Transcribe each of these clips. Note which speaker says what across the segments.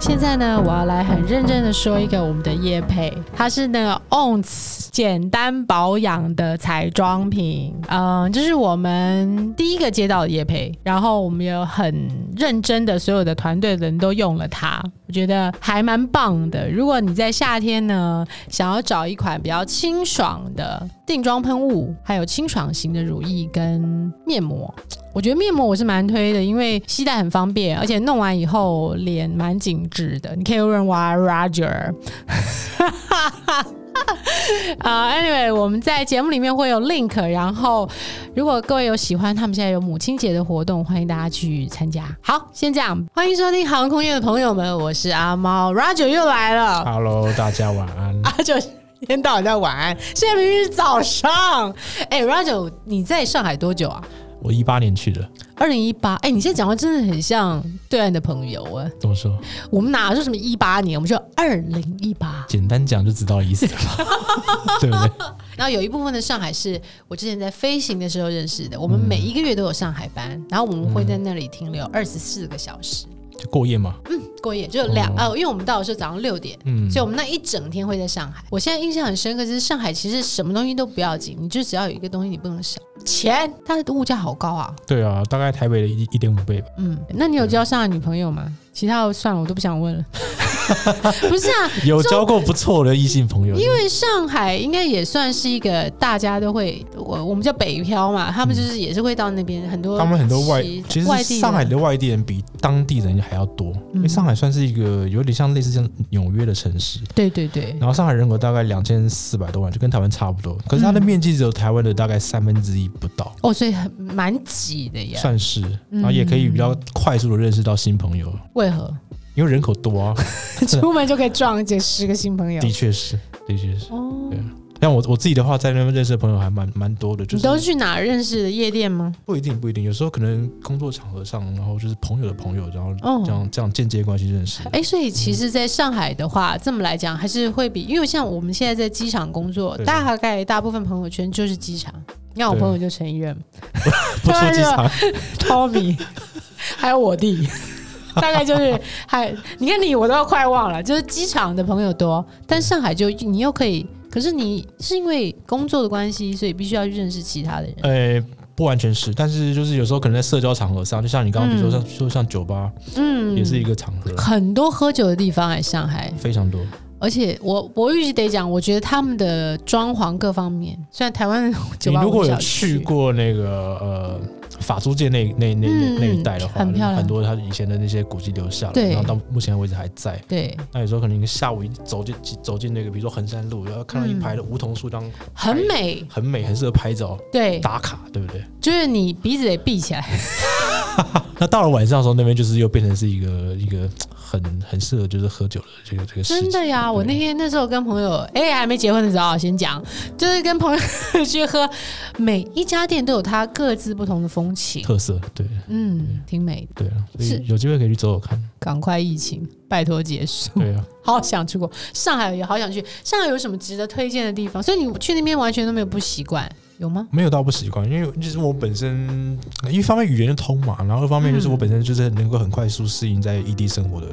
Speaker 1: 现在呢，我要来很认真的说一个我们的叶配，它是那个 ONS 简单保养的彩妆品，嗯，这是我们第一个接到的叶配，然后我们有很认真的，所有的团队的人都用了它，我觉得还蛮棒的。如果你在夏天呢，想要找一款比较清爽的定妆喷雾，还有清爽型的乳液跟面膜，我觉得面膜我是蛮推的，因为携带很方便，而且弄完以后脸蛮紧致的。你可以问 Why Roger。啊、a n y w a y 我们在节目里面会有 link，然后如果各位有喜欢，他们现在有母亲节的活动，欢迎大家去参加。好，先这样，欢迎收听航空业的朋友们，我是阿猫，Roger 又来了，
Speaker 2: Hello，大家晚 安。
Speaker 1: 阿九一天啊到晚在晚安，现在明明是早上。哎、r o g e r 你在上海多久啊？
Speaker 2: 我一八年去的，
Speaker 1: 二零一八，哎，你现在讲话真的很像对岸的朋友啊！
Speaker 2: 怎么说？
Speaker 1: 我们哪是什么一八年，我们就二零一八。
Speaker 2: 简单讲就知道意思了， 对不对？
Speaker 1: 然后有一部分的上海是我之前在飞行的时候认识的，我们每一个月都有上海班，然后我们会在那里停留二十四个小时，
Speaker 2: 就过夜嘛。
Speaker 1: 过夜就两呃，因为我们到的时候早上六点，
Speaker 2: 嗯
Speaker 1: 所以我们那一整天会在上海。我现在印象很深刻，就是上海其实什么东西都不要紧，你就只要有一个东西你不能少，钱，它的物价好高啊。
Speaker 2: 对啊，大概台北的一一点五倍吧。
Speaker 1: 嗯，那你有交上海女朋友吗？其他的算了，我都不想 问了。不是啊，
Speaker 2: 有交过不错的异性朋友，
Speaker 1: 因为上海应该也算是一个大家都会，我我们叫北漂嘛，他们就是也是会到那边很多，
Speaker 2: 他们很多外，其
Speaker 1: 外
Speaker 2: 实
Speaker 1: 地人嗯
Speaker 2: 上海的外地人比当地人还要多，因为上海算是一个有点像类似像纽约的城市。
Speaker 1: 对对对，
Speaker 2: 然后上海人口大概两千四百多万，就跟台湾差不多，可是它的面积只有台湾的大概三分之一不到，
Speaker 1: 哦，所以很蛮挤的耶。
Speaker 2: 算是。
Speaker 1: 嗯
Speaker 2: 然后也可以比较快速的认识到新朋友，
Speaker 1: 为 何
Speaker 2: 因为人口多啊。
Speaker 1: 出门就可以撞见十个新朋友？
Speaker 2: 的确是，的确是。
Speaker 1: 哦
Speaker 2: 对，像我我自己的话，在那边认识的朋友还蛮蛮多的，就
Speaker 1: 你都
Speaker 2: 是
Speaker 1: 去哪儿认识的夜店吗？
Speaker 2: 不一定不一定，有时候可能工作场合上，然后就是朋友的朋友，然后
Speaker 1: 哦
Speaker 2: 这样、这样间接关系认 识。
Speaker 1: 哎，所以其实在上海的话，这么来讲，还是会比，因为像我们现在在机场工作，
Speaker 2: 对
Speaker 1: 大概大部分朋友圈就是机场。你看我
Speaker 2: 对
Speaker 1: 朋友就陈医院、
Speaker 2: 不说机场，
Speaker 1: Tommy，还有我 弟，大概就是还你看你我都要快忘了，就是机场的朋友多，但上海就你又可以，可是你是因为工作的关系，所以必须要去认识其他的人。
Speaker 2: 呃，不完全是，但是就是有时候可能在社交场合上，就像你刚刚比如说
Speaker 1: 嗯
Speaker 2: 像、说像酒吧，
Speaker 1: 嗯，
Speaker 2: 也是一个场 合，
Speaker 1: 很多喝酒的地方哎、上海，
Speaker 2: 非常多。
Speaker 1: 而且我我预计得讲，我觉得他们的装潢各方面，虽然台湾的酒
Speaker 2: 你
Speaker 1: 吧
Speaker 2: 如
Speaker 1: 我
Speaker 2: 果
Speaker 1: 很少
Speaker 2: 有去，过那个呃法租界那那那那那一带的话，
Speaker 1: 嗯很漂亮
Speaker 2: 很多他以前的那些古迹留下来，
Speaker 1: 对
Speaker 2: 然后到目前为止还在。
Speaker 1: 对，
Speaker 2: 那有时候可能一个下午一走进走进那个，比如说衡山路，然后看到一排的梧桐树，当
Speaker 1: 很美，
Speaker 2: 很美，很适合拍照
Speaker 1: 对，
Speaker 2: 打卡，对不对？
Speaker 1: 就是你鼻子得闭起 来，
Speaker 2: 那到了晚上的时候，那边就是又变成是一个一个很很适合就是喝酒的这个这个事
Speaker 1: 真
Speaker 2: 情。
Speaker 1: 的呀！我那天那时候跟朋友，哎、还没结婚的时候，先讲，就是跟朋友 去喝，每一家店都有它各自不同的风情，
Speaker 2: 特色，对
Speaker 1: 嗯，挺美的。
Speaker 2: 对啊，所
Speaker 1: 是
Speaker 2: 以有机会可以去走走看，
Speaker 1: 赶快疫情，拜托结束，
Speaker 2: 对啊，
Speaker 1: 好想出国，上海也好想去。上海有什么值得推荐的地方？所以你去那边完全都没有不习惯，有吗？
Speaker 2: 没有到不习惯，因为就是我本身一方面语言就通嘛，然后一方面就是
Speaker 1: 嗯
Speaker 2: 我本身就是能够很快速适应在异地生活的，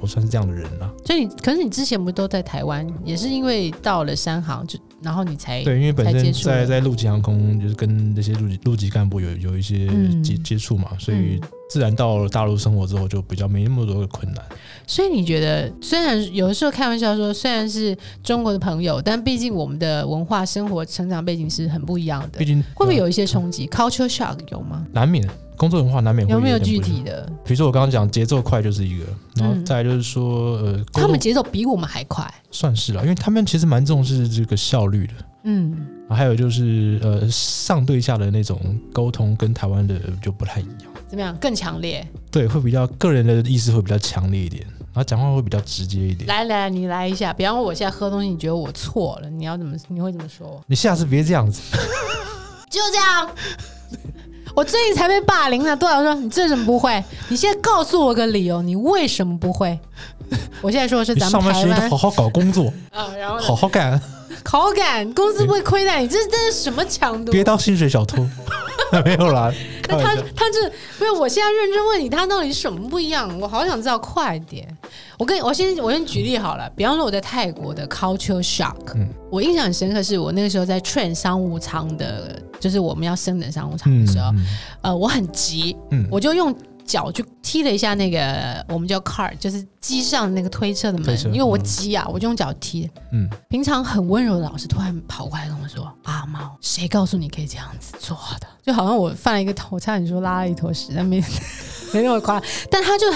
Speaker 2: 我算是这样的人啦。
Speaker 1: 所以你，可是你之前不都在台湾？也是因为到了三航，就然后你才
Speaker 2: 对，因为本
Speaker 1: 才接
Speaker 2: 身
Speaker 1: 触了
Speaker 2: 在在陆籍航空就是跟那些陆籍陆籍干部有有一些
Speaker 1: 嗯
Speaker 2: 接接触嘛，所以
Speaker 1: 嗯
Speaker 2: 自然到了大陆生活之后就比较没那么多的困难。
Speaker 1: 所以你觉得，虽然有的时候开玩笑说，虽然是中国的朋友，但毕竟我们的文化、生活、成长背景是很不一样的
Speaker 2: 毕，竟呃
Speaker 1: 会不会有一些冲击？Culture shock 有吗？
Speaker 2: 难免工作文化难免会
Speaker 1: 有没有
Speaker 2: 点不一
Speaker 1: 具
Speaker 2: 样？
Speaker 1: 体的？
Speaker 2: 比如说我刚刚讲节奏快就是一个，然后
Speaker 1: 嗯
Speaker 2: 再来就是说、呃，
Speaker 1: 他
Speaker 2: 工
Speaker 1: 们
Speaker 2: 作
Speaker 1: 节奏比我们还快。
Speaker 2: 算是了，因为他们其实蛮重视这个效率的。啊
Speaker 1: 嗯，
Speaker 2: 还有就是，呃，上对下的那种沟通跟台湾的就不太一样，
Speaker 1: 怎么样？更强烈？
Speaker 2: 对，会比较个人的意识会比较强烈一点，然后讲话会比较直接一点。
Speaker 1: 来来，你来一下。比方说，我现在喝东西，你觉得我错了，你要怎么？你会怎么说我？
Speaker 2: 你下次别这样子，
Speaker 1: 就这样。 我最近才被霸凌呢，多少人说你这怎么不会？你现在告诉我个理由，你为什么不会？我现在说的是
Speaker 2: 你
Speaker 1: 咱们
Speaker 2: 上班
Speaker 1: 台
Speaker 2: 时间
Speaker 1: 湾
Speaker 2: 好，好搞工 作，
Speaker 1: 啊，然后呢
Speaker 2: 好好干，
Speaker 1: 好感，公司不会亏待你，这这是什么强度？
Speaker 2: 别当薪水 小偷。没有啦，开
Speaker 1: 那他
Speaker 2: 玩笑。
Speaker 1: 他这没有，我现在认真问你，他到底什么不一样？我好想知道，快点！我跟我先我先举例好了，比方说我在泰国的 Culture Shock，、
Speaker 2: 嗯
Speaker 1: 我印象很深刻，是我那个时候在 train 商务舱的，就是我们要升等商务舱的时候，呃，我很急，
Speaker 2: 嗯
Speaker 1: 我就用脚去踢了一下那个我们叫 car，就是机上的那个推车的门
Speaker 2: 推，车
Speaker 1: 因为我
Speaker 2: 嗯
Speaker 1: 急啊，我就用脚踢。
Speaker 2: 嗯
Speaker 1: 平常很温柔的老师突然跑过来跟我说：“阿猫，谁告诉你可以这样子做的？”就好像我犯了一个头，差点说拉了一坨屎，但没 没那么夸张。但他就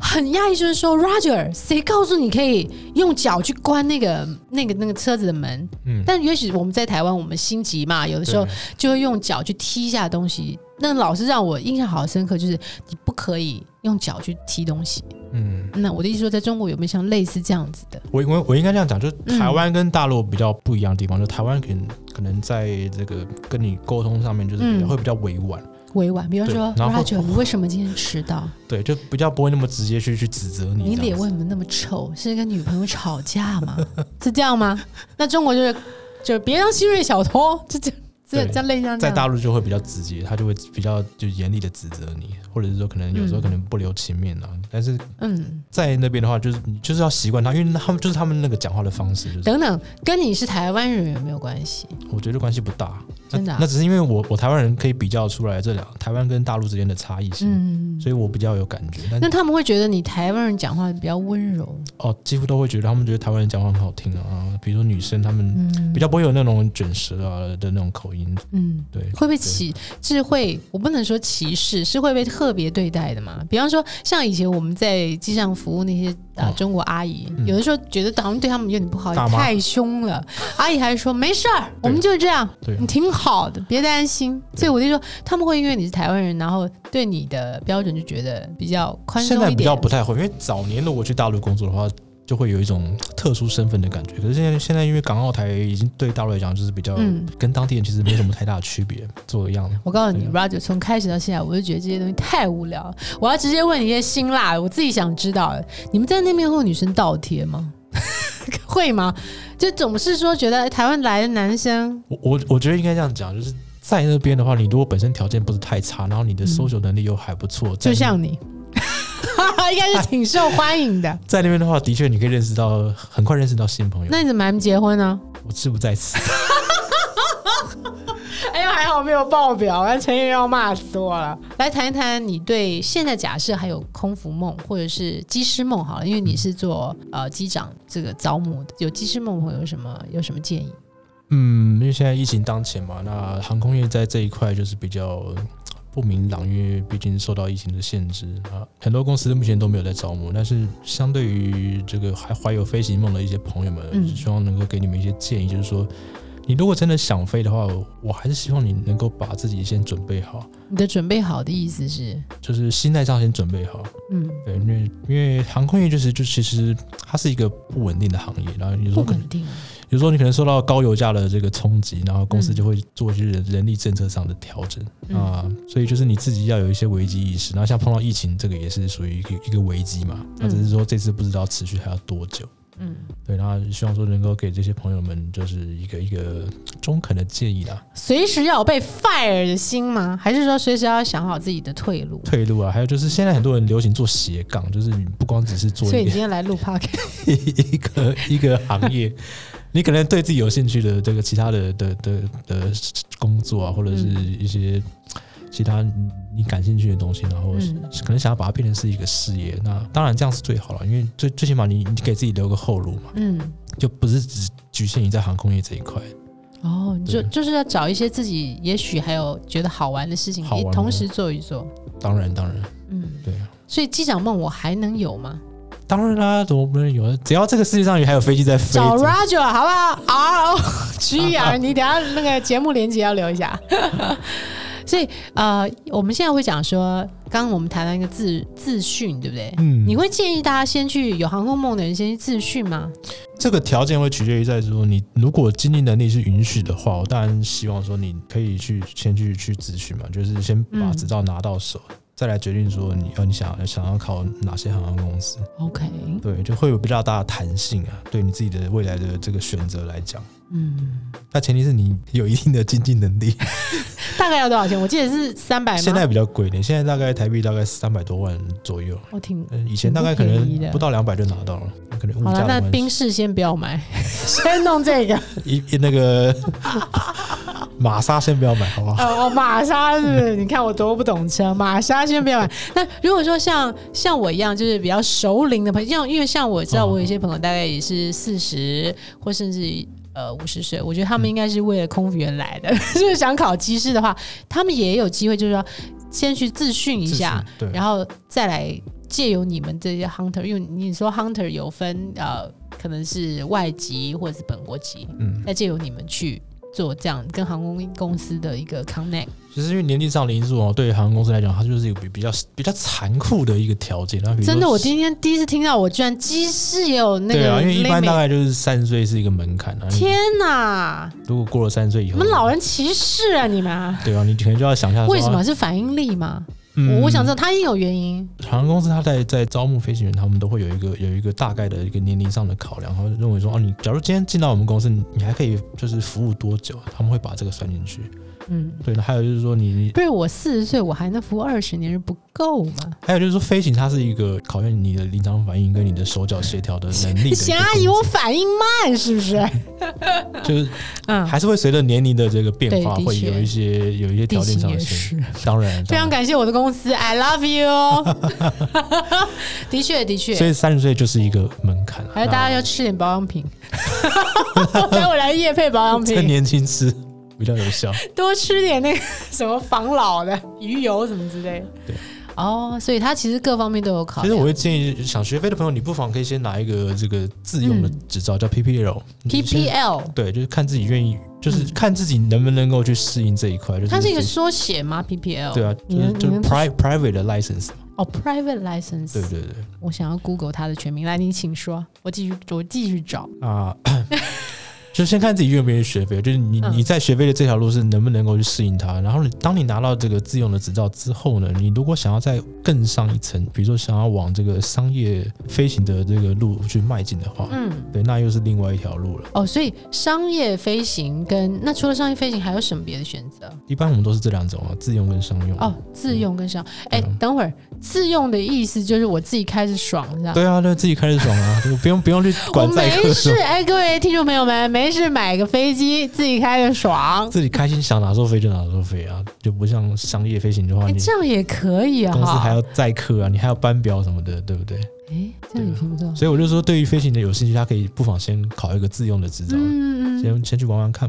Speaker 1: 很讶异，就是说：“Roger，谁告诉你可以用脚去关那个那个那个车子的门？”
Speaker 2: 嗯，
Speaker 1: 但也许我们在台湾，我们心急嘛，有的时候
Speaker 2: 对
Speaker 1: 就会用脚去踢一下东西。那老师让我印象好深刻，就是你不可以用脚去踢东西。
Speaker 2: 嗯，
Speaker 1: 那我的意思说，在中国有没有像类似这样子的？
Speaker 2: 我我我应该这样讲，就是
Speaker 1: 嗯
Speaker 2: 台湾跟大陆比较不一样的地方，就台湾可能可能在这个跟你沟通上面，就是比较
Speaker 1: 嗯
Speaker 2: 会比较委婉，
Speaker 1: 委婉，比方
Speaker 2: 对
Speaker 1: 说
Speaker 2: 然后
Speaker 1: ，Roger，你为什么今天迟到？
Speaker 2: 对，就比较不会那么直接去去指责你。
Speaker 1: 你脸为什么那么臭？是跟女朋友吵架吗？ 是这样吗？那中国就是就是别当新锐小偷，就这这
Speaker 2: 对
Speaker 1: 这类像这
Speaker 2: 在
Speaker 1: 样。
Speaker 2: 大陆就会比较直接，他就会比较就严厉的指责你，或者是说可能有时候
Speaker 1: 嗯
Speaker 2: 可能不留情面啊。但是
Speaker 1: 嗯，
Speaker 2: 在那边的话，就是你就是要习惯他，因为他们就是他们那个讲话的方式，就是
Speaker 1: 等等，跟你是台湾人有没有关系？
Speaker 2: 我觉得关系不大。那
Speaker 1: 真的啊
Speaker 2: 那只是因为我我台湾人可以比较出来这两台湾跟大陆之间的差异性，
Speaker 1: 嗯，
Speaker 2: 所以我比较有感觉。但
Speaker 1: 那他们会觉得你台湾人讲话比较温柔，
Speaker 2: 哦，几乎都会觉得他们觉得台湾人讲话很好听啊，比如说女生他们
Speaker 1: 嗯
Speaker 2: 比较不会有那种卷舌啊的那种口音，
Speaker 1: 嗯。
Speaker 2: 对，
Speaker 1: 会被歧是会，我不能说歧视，是会被特别对待的嘛？比方说，像以前我们在机上服务那些啊、呃
Speaker 2: 哦
Speaker 1: 中国阿姨，
Speaker 2: 嗯
Speaker 1: 有的时候觉得好像对他们有点不好意
Speaker 2: 大
Speaker 1: 思，
Speaker 2: 妈
Speaker 1: 太凶了。阿姨还说没事儿，我们就是这样，
Speaker 2: 对
Speaker 1: 你挺好的，别担心。
Speaker 2: 对
Speaker 1: 所以我就说，他们会因为你是台湾人，然后对你的标准就觉得比较宽
Speaker 2: 现
Speaker 1: 松
Speaker 2: 在
Speaker 1: 一
Speaker 2: 比较
Speaker 1: 点。
Speaker 2: 不太会，因为早年如果去大陆工作的话，就会有一种特殊身份的感觉。可是现在现在因为港澳台已经对大陆来讲就是比较、
Speaker 1: 嗯
Speaker 2: 跟当地人其实没什么太大的区别，做的样子。
Speaker 1: 我告诉你
Speaker 2: 对
Speaker 1: ，Roger，从开始到现在，我就觉得这些东西太无聊了。我要直接问你一些辛辣的，我自己想知道的，你们在那边会有女生倒贴吗？ 会吗？就总是说觉得哎台湾来的男生，
Speaker 2: 我我我觉得应该这样讲，就是在那边的话，你如果本身条件不是太差，然后你的
Speaker 1: 嗯
Speaker 2: social 能力又还不错，在
Speaker 1: 就像你， 应该是挺受欢迎的。
Speaker 2: 在那边的话，的确你可以认识到很快认识到新朋友。
Speaker 1: 那你怎么还没结婚呢？
Speaker 2: 我志不在此。
Speaker 1: 哎呀，还好没有爆表，不然陈月要骂死我了。来谈一谈你对现在假设还有空服梦或者是机师梦好了，因为你是做、呃机长这个招募的，有机师梦会有什么有什么建议？
Speaker 2: 嗯，因为现在疫情当前嘛，那航空业在这一块就是比较嗯不明朗，因为毕竟受到疫情的限制啊，很多公司目前都没有在招募。但是相对于这个还怀有飞行梦的一些朋友们，
Speaker 1: 嗯
Speaker 2: 希望能够给你们一些建议，就是说，你如果真的想飞的话，我我还是希望你能够把自己先准备好，
Speaker 1: 你的准备好的意思是，
Speaker 2: 就是心态上先准备好。
Speaker 1: 嗯，
Speaker 2: 对，因为因为航空业就是就其实它是一个不稳定的行业，然后有时
Speaker 1: 不
Speaker 2: 候可能。
Speaker 1: 稳定，
Speaker 2: 有时候你可能受到高油价的这个冲击，然后公司
Speaker 1: 嗯
Speaker 2: 就会做一些人人力政策上的调整
Speaker 1: 嗯
Speaker 2: 啊、所以就是你自己要有一些危机意识。然后像碰到疫情，这个也是属于一个一个危机嘛，那只是说这次不知道持续还要多久。
Speaker 1: 嗯，
Speaker 2: 对，然后希望说能够给这些朋友们就是一个一个中肯的建议啦，
Speaker 1: 随时要有被 fire 的心吗？还是说随时要想好自己的退路？
Speaker 2: 退路啊，还有就是现在很多人流行做斜杠，就是你不光只是做
Speaker 1: 所以
Speaker 2: 一
Speaker 1: 你
Speaker 2: 个
Speaker 1: 今天来录 podcast，
Speaker 2: 一个一个 行业，你可能对自己有兴趣的这个其他的的的的工作啊，或者是
Speaker 1: 嗯
Speaker 2: 一些其他你你感兴趣的东西，然后
Speaker 1: 嗯
Speaker 2: 可能想要把它变成是一个事业。那当然这样是最好了，因为最最起码你你给自己留个后路嘛，
Speaker 1: 嗯，
Speaker 2: 就不是只局限于在航空业这一块。
Speaker 1: 哦，你就
Speaker 2: 对
Speaker 1: 就是要找一些自己也许还有觉得好玩的事情，
Speaker 2: 好
Speaker 1: 也
Speaker 2: 玩的
Speaker 1: 同时做一做，
Speaker 2: 当然，当然，
Speaker 1: 嗯，
Speaker 2: 对啊。
Speaker 1: 所以机长梦我还能有吗？
Speaker 2: 当然啦、怎么不能有呢？只要这个世界上还有飞机在飞，
Speaker 1: 找 Roger 好不好？R O G R，你等下那个节目链接要留一下。 所以呃，我们现在会讲说，刚刚我们谈到一个自自训，对不对？
Speaker 2: 嗯
Speaker 1: 你会建议大家先去有航空梦的人先去自训吗？
Speaker 2: 这个条件会取决于在说，你如果经济能力是允许的话，我当然希望说你可以去先去去咨询嘛，就是先把
Speaker 1: 嗯
Speaker 2: 执照拿到手。再来决定说你要你想想要考哪些航空公司。
Speaker 1: OK，
Speaker 2: 对，就会有比较大的弹性啊，对你自己的未来的这个选择来讲。
Speaker 1: 嗯，
Speaker 2: 那前提是你有一定的经济能力，
Speaker 1: 大概要多少钱？我记得是三百吗？
Speaker 2: 现在比较贵一点，现在大概台币大概三百多万左右，
Speaker 1: 我挺
Speaker 2: 呃以前大概可
Speaker 1: 挺不嗯便宜
Speaker 2: 能
Speaker 1: 的
Speaker 2: 不到两百就拿到了，可能物
Speaker 1: 好
Speaker 2: 价
Speaker 1: 了，那
Speaker 2: 的关
Speaker 1: 冰
Speaker 2: 系，
Speaker 1: 室先不要买， 先弄这个。
Speaker 2: 一一那个 玛莎先不要买，好不好？
Speaker 1: 哦，哦，玛莎是不是？你看我多不懂车，玛莎先不 要买。那如果说像像我一样，就是比较熟龄的朋友，像因为像我知道，
Speaker 2: 嗯
Speaker 1: 我有一些朋友大概也是四十或甚至。呃，五十岁，我觉得他们应该是为了空服员来的。 就是想考机师的话，他们也有机会，就是说先去自训一
Speaker 2: 自
Speaker 1: 下，
Speaker 2: 信，对，
Speaker 1: 然后再来借由你们这些 hunter，因为你说 hunter 有分呃，可能是外籍或者是本国籍，
Speaker 2: 嗯，
Speaker 1: 再借由你们去做这样跟航空公司的一个 connect。
Speaker 2: 其实因为年龄上的因素哦，对于航空公司来讲，它就是一个比比较 比较残酷的一个条件。那比如说
Speaker 1: 真的，我今天第一次听到，我居然机师也有那
Speaker 2: 对
Speaker 1: 个
Speaker 2: 啊，因为一般
Speaker 1: limit
Speaker 2: 大概就是三十岁是一个门槛啊。
Speaker 1: 天哪，
Speaker 2: 如果过了三十岁以
Speaker 1: 你
Speaker 2: 后，
Speaker 1: 们老人歧视啊！你们啊，
Speaker 2: 对啊，你可能就要想一下说啊
Speaker 1: 为什么是反应力吗？
Speaker 2: 嗯
Speaker 1: 我我想知道，他也有原因。
Speaker 2: 航空公司它在在招募飞行员，他们都会有一个有一个大概的一个年龄上的考量，然后认为说，哦，你假如今天进到我们公司，你你还可以就是服务多久，啊他们会把这个算进去。
Speaker 1: 嗯，
Speaker 2: 对，那还有就是说你，你
Speaker 1: 不是我四十岁，我还能服务二十年是不够吗？
Speaker 2: 还有就是说，飞行它是一个考验你的临场反应跟你的手脚协调的能力的一个
Speaker 1: 贤阿姨，
Speaker 2: 工
Speaker 1: 我
Speaker 2: 作
Speaker 1: 反应慢是不是？
Speaker 2: 就是
Speaker 1: 嗯，
Speaker 2: 还是会随着年龄的这个变化，
Speaker 1: 对的
Speaker 2: 会
Speaker 1: 确
Speaker 2: 有一些有一些条
Speaker 1: 地
Speaker 2: 件
Speaker 1: 形
Speaker 2: 上
Speaker 1: 也
Speaker 2: 的限制。
Speaker 1: 是。
Speaker 2: 当然，
Speaker 1: 非常
Speaker 2: 当然
Speaker 1: 感谢我的公司，I love you。的确，的确
Speaker 2: 所，以三十岁就是一个门槛、啊，
Speaker 1: 还有大家要吃点保养品，待我来夜配保养
Speaker 2: 那啊趁
Speaker 1: 品，
Speaker 2: 年轻吃比较有 效。
Speaker 1: 多吃点那个什么防老的鱼油什么之类的。
Speaker 2: 对
Speaker 1: 哦，所以他其实各方面都有考
Speaker 2: 其实
Speaker 1: 量。
Speaker 2: 我会建议想学飞的朋友，你不妨可以先拿一个这个自用的执照，叫 PPL。你先
Speaker 1: PPL
Speaker 2: 对，就是看自己愿意，就是看自己能不能够去适应这一块。就是
Speaker 1: 嗯它是一个缩写吗？PPL
Speaker 2: 对啊，
Speaker 1: 你
Speaker 2: 就是
Speaker 1: 能
Speaker 2: 就
Speaker 1: 你
Speaker 2: 是
Speaker 1: 能
Speaker 2: private private 的 license。
Speaker 1: 哦，Private License。
Speaker 2: 对对对
Speaker 1: 我想要 Google 它的全名，来，你请说，我继续我继续找。
Speaker 2: 啊。 就先看自己愿不愿意学飞，就是你
Speaker 1: 嗯
Speaker 2: 你在学飞的这条路是能不能够去适应它。然后你当你拿到这个自用的执照之后呢，你如果想要再更上一层，比如说想要往这个商业飞行的这个路去迈进的话，
Speaker 1: 嗯，
Speaker 2: 对，那又是另外一条路了。
Speaker 1: 哦，所以商业飞行跟那除了商业飞行还有什么别的选择？
Speaker 2: 一般我们都是这两种啊，自用跟商用。
Speaker 1: 哦，，自用跟商，哎、
Speaker 2: 对啊
Speaker 1: 等会儿，自用的意思就是我自己开始爽，这样。
Speaker 2: 对啊，那自己开始爽啊，就不用不用去
Speaker 1: 我
Speaker 2: 管载客
Speaker 1: 没
Speaker 2: 什
Speaker 1: 事，
Speaker 2: 么，
Speaker 1: 哎，各位听众朋友们，没事买个飞机自己开着爽，
Speaker 2: 自己开心想哪时候飞就哪时候飞啊，就不像商业飞行的话，
Speaker 1: 哎，
Speaker 2: 你
Speaker 1: 这样也可以啊。
Speaker 2: 公司还要载客啊，你还要班表什么的，对不对？
Speaker 1: 哎，这样也听不到。
Speaker 2: 所以我就说，对于飞行的有兴趣，他可以不妨先考一个自用的执照，
Speaker 1: 嗯嗯嗯，
Speaker 2: 先先去玩玩看。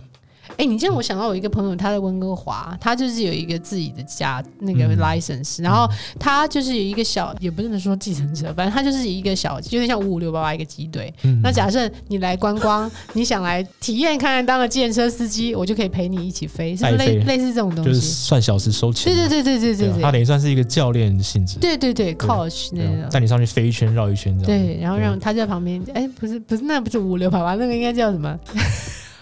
Speaker 1: 哎，你这
Speaker 2: 嗯
Speaker 1: 样我想到我一个朋友，他在温哥华，他就是有一个自己的家那个
Speaker 2: 嗯
Speaker 1: license，、然后他就是有一个小，也不能说计程车，反正他就是一个小，有点像五五六八八一个机队，
Speaker 2: 嗯，
Speaker 1: 那假设你来观光，你想来体验看看当个计程车司机，我就可以陪你一起飞，是不是
Speaker 2: 带飞
Speaker 1: 类类似这种东
Speaker 2: 就是
Speaker 1: 西？
Speaker 2: 算小时收钱
Speaker 1: 对
Speaker 2: 嘛，
Speaker 1: 对对对对
Speaker 2: 对
Speaker 1: 对
Speaker 2: 啊
Speaker 1: 对
Speaker 2: 他等于算是一个教练性质，
Speaker 1: 对对对
Speaker 2: 对
Speaker 1: ，coach
Speaker 2: 对啊
Speaker 1: 那
Speaker 2: 带
Speaker 1: 种。
Speaker 2: 你上去飞一圈绕一圈这样。啊
Speaker 1: 对，然后让他在旁边，哎，不是不是，那不是五六跑吧？那个应该叫什么？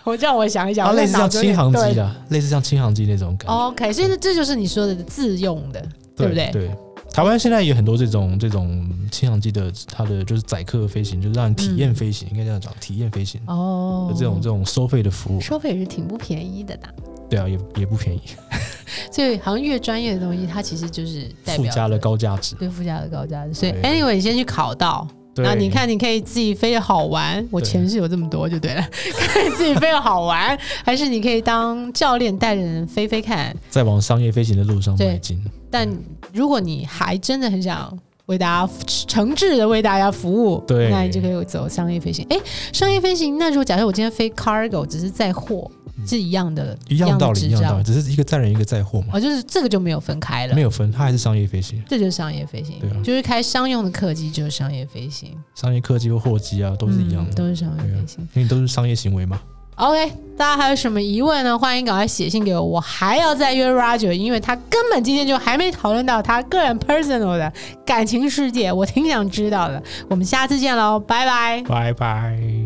Speaker 1: 我让我想一想，
Speaker 2: 啊，
Speaker 1: 我
Speaker 2: 类似像轻航机
Speaker 1: 的。
Speaker 2: 啊，类似像轻航机那种感觉。
Speaker 1: OK，所以这这就是你说的自用的，哦对不对？
Speaker 2: 对，台湾现在也很多这种这种轻航机的，它的就是载客飞行，就是让你体验飞行，应该这样讲，体验飞行。
Speaker 1: 嗯哦
Speaker 2: 有，这种这种收费的服务，
Speaker 1: 收费也是挺不便宜的啦。
Speaker 2: 对啊，也也不便宜，
Speaker 1: 所以好像越专业的东西，它其实就是代
Speaker 2: 附
Speaker 1: 表
Speaker 2: 加了高价值。
Speaker 1: 对附加的高价值。所以
Speaker 2: 对
Speaker 1: anyway，你先去考到，
Speaker 2: 对，
Speaker 1: 啊那你，看，你可以自己飞得好玩，我
Speaker 2: 对
Speaker 1: 钱是有这么多就对了， 可以自己飞得好玩，还是你可以当教练带着人飞飞看。
Speaker 2: 在往商业飞行的路上迈进，
Speaker 1: 但如果你还真的很想为大家诚挚的为大家服务，
Speaker 2: 对
Speaker 1: 那你就可以走商业飞行。诶，商业飞行，那如果假设我今天飞 cargo 只是载货，
Speaker 2: 嗯
Speaker 1: 是一样的，
Speaker 2: 一样道理，一
Speaker 1: 一
Speaker 2: 样
Speaker 1: 样
Speaker 2: 道
Speaker 1: 的
Speaker 2: 理，
Speaker 1: 执照，
Speaker 2: 只是一个载人，一个载货嘛，
Speaker 1: 哦，就是这个就没有分开了
Speaker 2: 没。有分，它还是商业飞行，
Speaker 1: 这就是商业飞行，
Speaker 2: 对啊
Speaker 1: 就是开商用的客机就是商业飞行，
Speaker 2: 商业客机或货机啊，都是一样
Speaker 1: 嗯
Speaker 2: 的，
Speaker 1: 都是商业
Speaker 2: 对啊
Speaker 1: 飞行。
Speaker 2: 因为都是商业行为嘛。
Speaker 1: OK，大家还有什么疑问呢？欢迎赶快写信给我，我还要再约 Roger，因为他根本今天就还没讨论到他个人 personal 的感情世界，我挺想知道的。我们下次见喽，拜拜。
Speaker 2: 拜拜。